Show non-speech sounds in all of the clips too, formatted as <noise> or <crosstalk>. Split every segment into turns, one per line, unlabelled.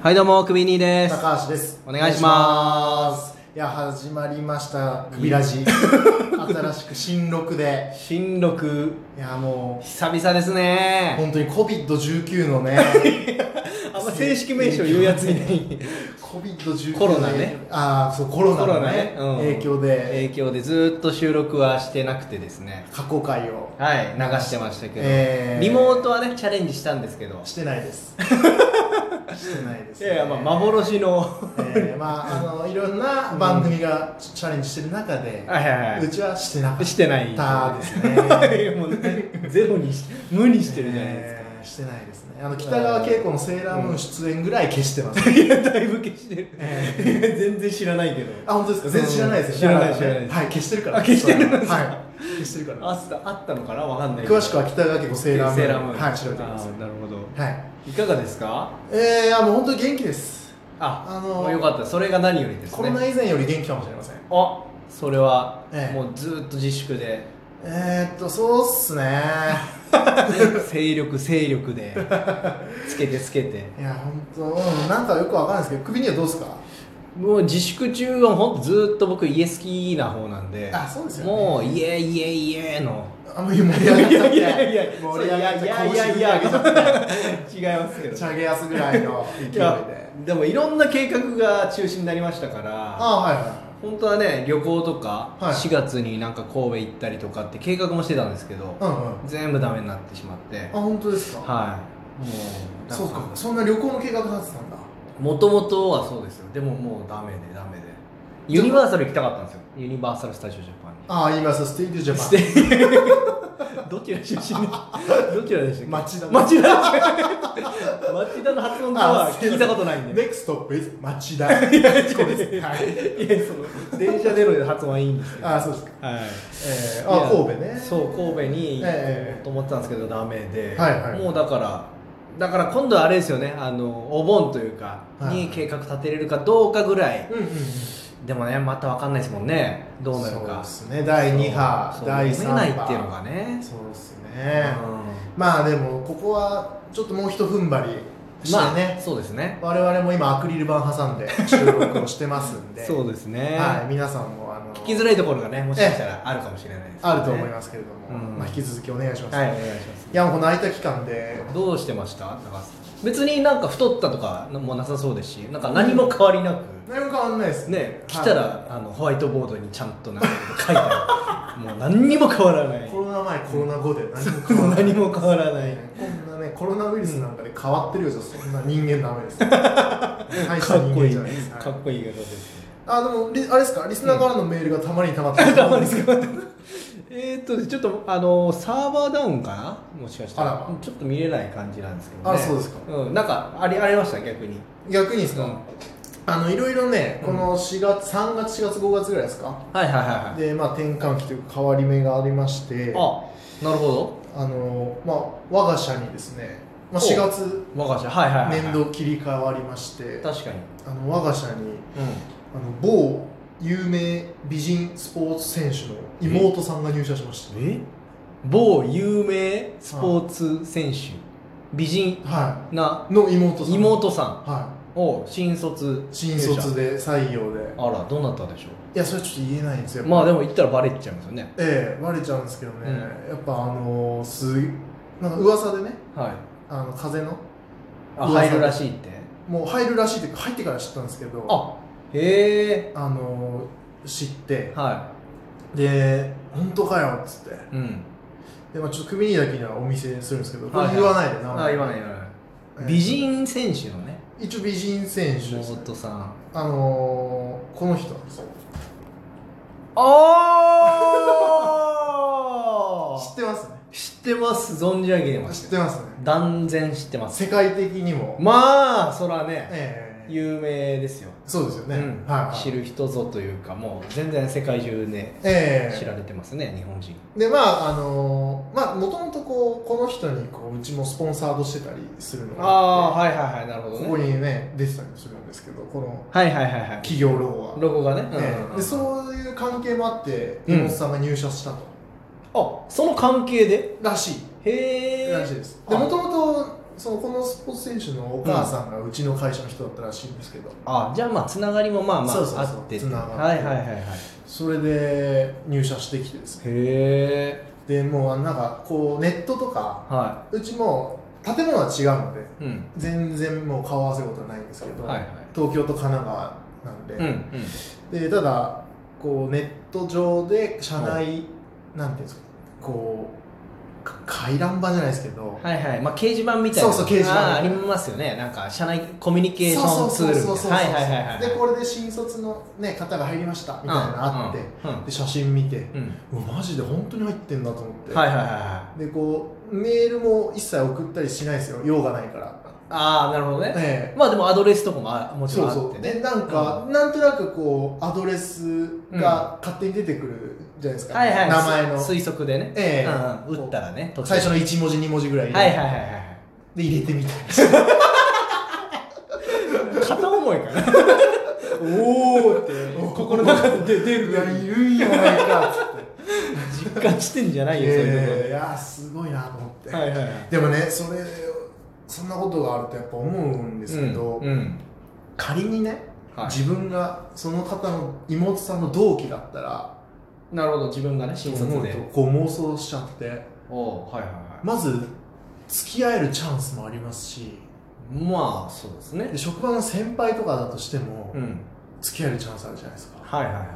はいどうもクビニーです
高橋です
お願いします
いや始まりました「クビラジ」新しく新録で
新録
いやも
久々ですね <laughs>
う本当に COVID-19 のね
あんま正式名称言うやついない
COVID-19
コロナね
ああそうコロナのね
コロナねうん
影響
影
で
響でずーっと収録はしてなくてですね
過去回を
はい流してましたけど、
えー
リモートはねチャレンジしたんですけど
してないです
<laughs>
してないです
い
ね、
やいやまあ幻の
えーまああのいろんな番組がチャレンジしてる中で、
はいはいはいう
ちはしてなかった
してない
ですね
もうねゼロにし無にしてるじゃないですか、
えーしてないですねあの北川景子のセーラームーン出演ぐらい消してます、
いやだいぶ消してる、全然知らないけど
あ本当ですか全然知らないですよ、
知らない
だからね
知らないです
はい消してるから
あ消してるんですか
はい消してるから
あったあったのかなわかんないけど
詳しくは北川景子セーラームーン
セーラームーン
はい調べてくださ
あーなるほど
いはい
いかがですか
えー、いやもう本当に元気です
あ、
あのー
もうよかったそれが何よりですね
コロナ以前より元気かもしれません
あそれは、
ええ
もうずーっと自粛で <laughs>
えー、っとそうっすね
精力精力
<laughs>
でつけてつけて
いや本当うんなんかよくわかんないですけど首にはどうですか
もう自粛中はほんとずーっと僕イエスキーな方なんで
あそうですよね
もうイエイエイエの
あもう盛り上がっちゃっ
いや
て
いやいや
盛り上がっちゃって
いやいやいや
拳振り上げちゃっ
違いますけ
てチャゲアスぐらいの勢い
い
で
やでもいろんな計画が中止になりましたから
あはいはい
本当はね旅行とか
はい
4月になんか神戸行ったりとかって計画もしてたんですけど、
うんうんあ
全部ダメになってしまって
本当ですか、
はいもう
そうかそんな旅行の計画立ててたんだ
もともとはそうですよでももうダメでダメでユニバーサル行きたかったんですよユニバーサル・スタジオ・ジャパンに
ああ言いますステイデュジャパン
して <laughs> どちら出身
<laughs>
でどちらでしたっけ
町田
町田町田の発音とは聞いたことないんで
ネクスト is 町田。これですはい。
いやその電車での発音はいいんですけど
あ、そうですか。
はい
えー、
いや
あ、神戸ね。
そう神戸に行こ
ええ
うと思ってたんですけどダメで、
はいはい
もうだからだから今度はあれですよねあのお盆というか
はい
に計画立てれるかどうかぐらい、
うんうんうん。
でもねまた分かんないですもんねどうなるか
そうですね。第二波
そ、う
第
そう
三
読め
波。
ないっていうのがね、
そうですね。まあでもここはちょっともう一踏ん張り
うん
し
まあ
てね。
そうですね
我々も今アクリル板挟んで収録をしてますんで。
<laughs> そうですね、
はい。皆さんもあの
聞きづらいところがねもしかしたらあるかもしれないです、ね、
あると思いますけれども、
うん
まあ引き続きお願いします。
はい
い
お願いします
やもうこの空いた期間で
どうしてました高橋さん別になんか太ったとかもなさそうですしなんか何も変わりなく、
何も変わんないです
ね来
はい
たら、あのホワイトボードにちゃんとなんか書いてあるもう何にも変わらない
コロナ前コロナ後で何も変わらな
<laughs>
い
何も変わらない
こんなねコロナウイルスなんかで変わってるよじゃそんな人間ダメです
<laughs>
大した
かっ
人
こい
間
い
じゃないです
かっこいい言い方です
あでもリあれですかリスナーからのメールがたまにたまっ
<laughs>
てる
たまにすかえーっとちょっとあのサーバーダウンかなもしかしたら
あらま
ちょっと見れない感じなんですけど、ね、
あそうですか
うん、なんかありありました逆に
逆にですか、
うん
あのいろいろね
うん
この4月3月4月5月ぐらいですか
はいはいはいはい
でまあ転換期というか変わり目がありましてあ
あなるほ
のまあ我が社にですね、まあ、
お
4月
ど我が社はいはいはい、はい、
年度切り替わりまして
確かに
あの我が社に
う
あの某有名美人スポーツ選手の妹さんが入社しました
んえ某有名スポーツ選手美人
は
ない
の妹さん
妹さ
は
んを新卒
い新卒で採用で
あらどうなったでしょ
いやそれちょっと言えないんですよ
う
やっぱ
まあでも言ったらバレちゃいますよね
ええバレちゃうんですけどね、
うん
やっぱあのー、すなんか噂でね
はい
あの風の
あ
噂で
入るらしいって
もう入るらしいって入ってから知ったんですけど
あへえ
あのー、知って
は
で本当かよっつって
いうん
で、まあ、ちょっと首にだけにはお見せするんですけどこ
はい
れ
はい
言わないでな、
あ言わない言わない美人選手のね
一応美人選手です
妹さん
あのー、この人なんですよ
あ
知ってますね
<laughs> 知ってます存じ上げてま
知っ
す
てますね
断然知ってます
世界的にも、
まあそらね
ええ
有名ですよ
そうですよね、
うん
はい、はい、
知る人ぞというかもう全然世界中で
ええ
知られてますね日本人
でまああのーまあもともとこうこの人にこううちもスポンサードしてたりするの
あ
が
あ
あって
はいはいはいなるほどね
ここにね出てたりもするんですけどこの
はいはいはいはい
企業ロゴは、
ロゴがね、
ええ
う
でそういう関係もあって
うん
妹さんが入社したと、
あその関係で
らしい
へえ
らしいですで
あ
もともとそのこのスポーツ選手のお母さんがうちの会社の人だったらしいんですけど、
あじゃあまあつながりもまあまあ
そうそうそう
あって
つながって
はいはいはいはいへ
それで入社してきてですね
え
でもうなんかこうネットとか
は
うちも建物は違うので
いうん
全然もう顔合わせることはないんですけど、
はいはい
東京と神奈川なんで、
うんうん
でただこうネット上で社内、なんていうんですかこうか回覧板じゃないですけど、
はいはいまあ掲示板みたいな
そうそう掲示板
あーありますよねなんか社内コミュニケーショ
そう
ン
そ
ツ
う
ール
そうそう
み
そ
た
う
いなはいはいはいはい
でこれで新卒の、ね、方が入りましたみたいなのあって、
うん
で写真見て
うん
うわマジで本当に入ってんだと思って、
うんはいはいはいはい
でこうメールも一切送ったりしないですよ用がないから、
ああなるほどね
ええ
まあでもアドレスとかもあもちろん
そう
あ
そ
って
う
ね
でなんか、なんとなくこうアドレスが勝手に出てくるじゃないですか、
はいはい
名前の
推測でね、
ええ
うんうん、打ったらね途中
最初の1文字2文字ぐらい入れて
はいはいはいはい
で入れてみたい
<laughs> 片思いかな
おおって
<laughs> 心の中で出る
いやいるんやないかっつって
実感してんじゃないよ、そういう
え
こ
ーいやすごいなと思って、
とはいはいはい
でもねそれそんなことがあるとやっぱ思うんですけど、
うんうん
仮にね、
は
自分がその方の妹さんの同期だったら
い、なるほど自分がね新
思
卒
う
で
とこう妄想しちゃって
おうはいはいは
まず付き合えるチャンスもありますし
いまあそうですね
で職場の先輩とかだとしても
うん
付き合えるチャンスあるじゃないですか
はいはいはい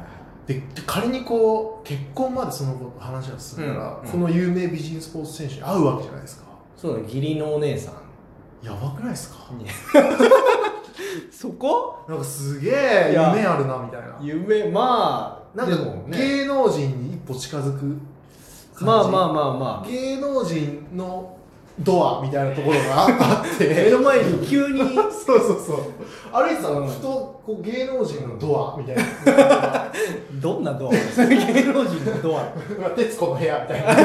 でで仮にこう結婚までそのこと話が進んだら、
うんうん
この有名美人スポーツ選手に会うわけじゃないですか
そうだ義理のお姉さん
やばくないですか
そこ
なんかすげえ
いや
夢あるなみたいな
夢まあ
なん
で
か
もね
芸能人に一歩近づく感じ
まあまあまあまあ
芸能人のドアみたいなところがあっ
<laughs> 目
て
の前に急に
そうそうそう歩いてた
う
ら
ん
ふとこう芸能人のドアみたいな
どんな <laughs> ドア芸能人のドア
徹子の部屋みたい
<laughs>
な
は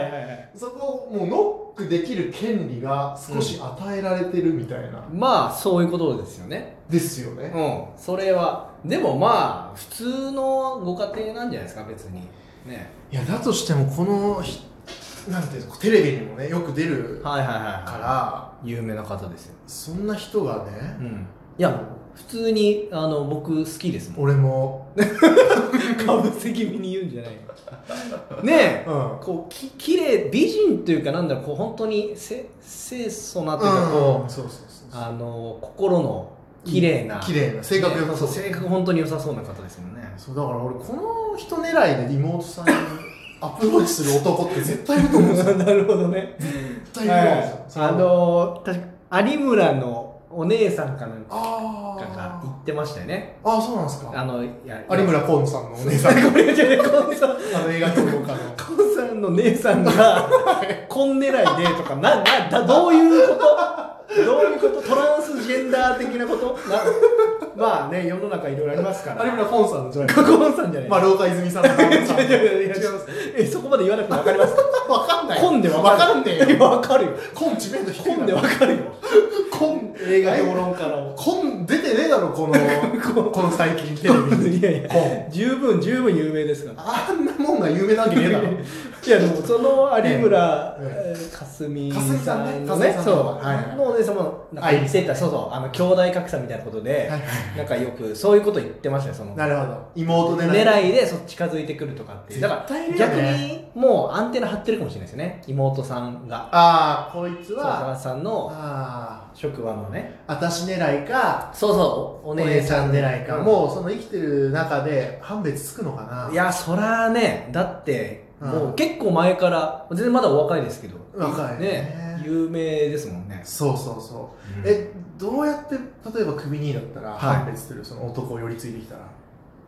いはいはい
そこをもうノックできる権利が少し与えられてるみたいな、
まあそういうことですよね
ですよね、
うんそれはでもまあ普通のご家庭なんじゃないですか別にね
いやだとしてもこのひなんていうのテレビにもねよく出るか
はいはいはい
ら
有名な方ですよ
そんな人がね
う、んいや普通にあの僕好きです <laughs> も
俺も、
んかぶせ気味に言うんじゃないよ <laughs> ねえ
うん
こうき綺麗美人というかなんだろうこう本当にせ清楚なというかこう、
そうそうそうそう
あの心の綺麗な
綺麗な性格良さそう,、
ね性格本当に良さそうな方ですもんね
そうだから俺この人狙いで妹さんにアプローチする男って絶対いると思うんで
<laughs>
すよ
<laughs> なるほどね
絶対いると思うんですよ、そ
あの確か有村のお姉さんかなんか
あー
が言ってましたよね
あーそうなんですか
あのいや
有村昆さんのお姉さん
<laughs> これじゃねコンさん
あの映画評論家の <laughs>
コンさんの姉さんがコン狙いでとかななだどういうことどういうことトランスジェンダー的なことなまあね世の中いろいろありますから
有村昆さんのじゃない
コンさんじゃない、
まあ、廊下泉さんの旦那さん
<laughs> いやいやいや
違います
えそこまで言わなくても分かります
わかんない
コンで分
わ
か
か
る
んねえ
いや
よ
分かるよ
コン知名度低い
コンで分かるよ
コン
映画評論家の
コン出てねえだろこ
<laughs>
のこの最近テレビに
いやいや
コン
十分十分有名ですから
あんなもんが有名なわけね
<laughs>
えだろ
いやでもその有村
え
えーかすみ
かすみさ
さ
ん
ん
ね
の
かすみ
ね
さんの
そう
はいはい
のお姉様のなんか
愛
言ってたそうそうあの兄弟格差みたいなことで
はいは
なんかよくそういうこと言ってましたよその
なるほど妹狙い
狙いでそう近づいてくるとかっていうだか
絶対
ら
いるよ
逆
ね
にもうアンテナ張ってるかもしれないですよね妹さんが
ああこいつ
そう
は
高橋さんの
ああ
職場のね
私狙いか
そうそうお
お
姉
姉ち
さ
ゃ
ん
ん狙いか、
うん
もうその生きてる中で判別つくのかない
やそらねだって
うん
もう結構前から全然まだお若いですけど
若いね
ね有名ですもんね
そうそうそう、
うん
えどうやって例えば首にだったら
い
判別する、その男を寄りついてきたら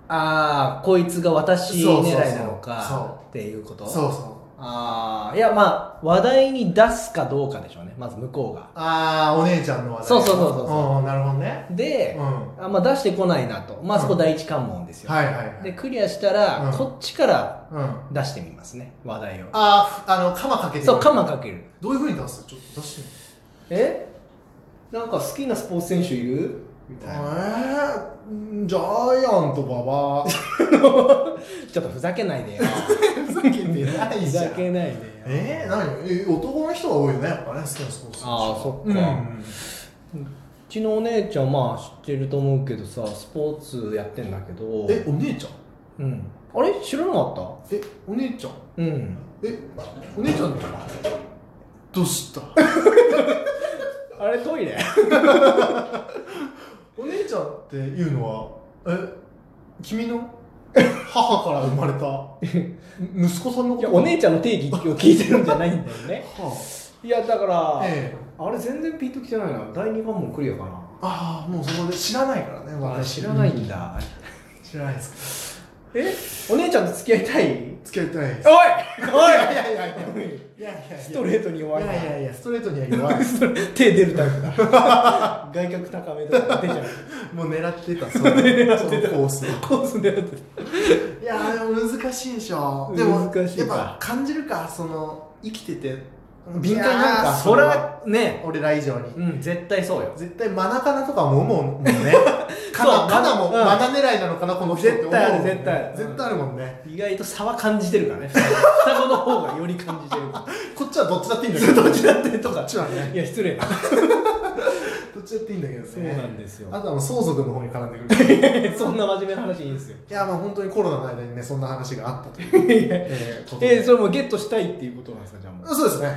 ああこいつが私狙いなの
そうそう
か
そう
っていうこと
そうそう
ああいやまあ話題に出すかどうかでしょうねまず向こうが
ああお姉ちゃんの話題
そうそうそうそうそ
んなるほどねう
で
ん、は
あまあ、出してこないなとまあそこ
うん
第一関門です
い
よ、
はいはい
でクリアしたら、
うん
こっちから
うん、あ
出してみますね話題を
あーあの鎌かけてる
そうカマかける
どういうふうに出すちょっと出してみて
えなんか好きなスポーツ選手いるみ
え
たいな
ー、ジャイアント馬場
ちょっとふざけないでよ
<laughs> ふざけてない
ふ
じゃ
ざ
ん。
けないでよね
えー、何え男の人が多いよねやっぱね好きなスポーツ選手は
あーそっか
うん
うちのお姉ちゃんまあ知ってると思うけどさスポーツやってんだけど
えお姉ちゃん
うん、あれ知らなかっ
えお姉ちゃん
たうん
えお姉ちゃんどうした
あれトイレ
お姉ちゃんっていうのはえ
<laughs>
君の母から生まれたむ息子さんのこ
い
と
や <laughs> お姉ちゃんの定義を聞いてるんじゃないんだよね
はい
やだから、
あ、ええ
あれ全然ピンときてないな第2版もクリアかな
ああもうそこで知らないからね
あれ
私
知らないんだ、
知らないです
えお姉ちゃんと付き合いたい
付き合いたいです
お
い
い
やいやいやいや
おい
いやいや
ストレートに弱い
い
な
やいやいやストレートには弱い
手出るタイプだ <laughs> 外角高めとか出ちゃう
もう狙ってたその狙
ってた
コースを
コース狙って
いやーでも難しいでしょでも
難しいか
やっぱ感じるかその生きてて敏感になる
いや
か
ーそれはね
俺ら以上に
うん絶対そうよ
絶対マナカナとかも思うも
<laughs>
んねカ
そう
ナカナも
うん
マナ狙いなのかなこの人って思うも
絶
んね
対ある絶対ある
絶対あるもんね
意外と差は感じてる <laughs> からね双子の方がより感じてるか
こっちはどっちだっていいんだけ
ら
ど
<laughs> どっちだってと
こ
か
っちはね
いや失礼
どっちだっていいんだけどね
そうなんですよ
あとはもう相続の方に絡んでく
<laughs>
る
そんな真面目な話いいんです <laughs> よ
いやまあ本当にコロナの間にねそんな話があったという、えーことで
えー、それもゲットしたいっていうことなんですかじゃあもう
そうですね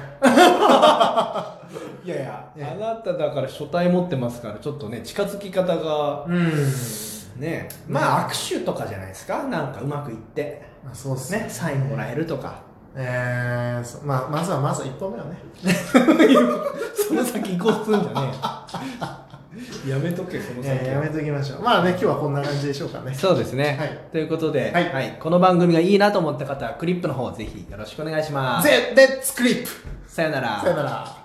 いやいや、
ね
あなただから書体持ってますからちょっとね近づき方が
うん
ねまあ握手とかじゃないですかなんかうまくいって
まあそうですね
ねサインもらえるとか
えーそまあ、まずはまずは1本目はね
<laughs> その先行こうするんじゃねえよ <laughs> やめとけその
えーやめ
は
ときましょうまあね今日はこんな感じでしょうかね
そうですね、
はい
ということで、
はい
この番組がいいなと思った方はクリップの方ぜひよろしくお願いします
ぜレッツクリップ
さよなら
さよなら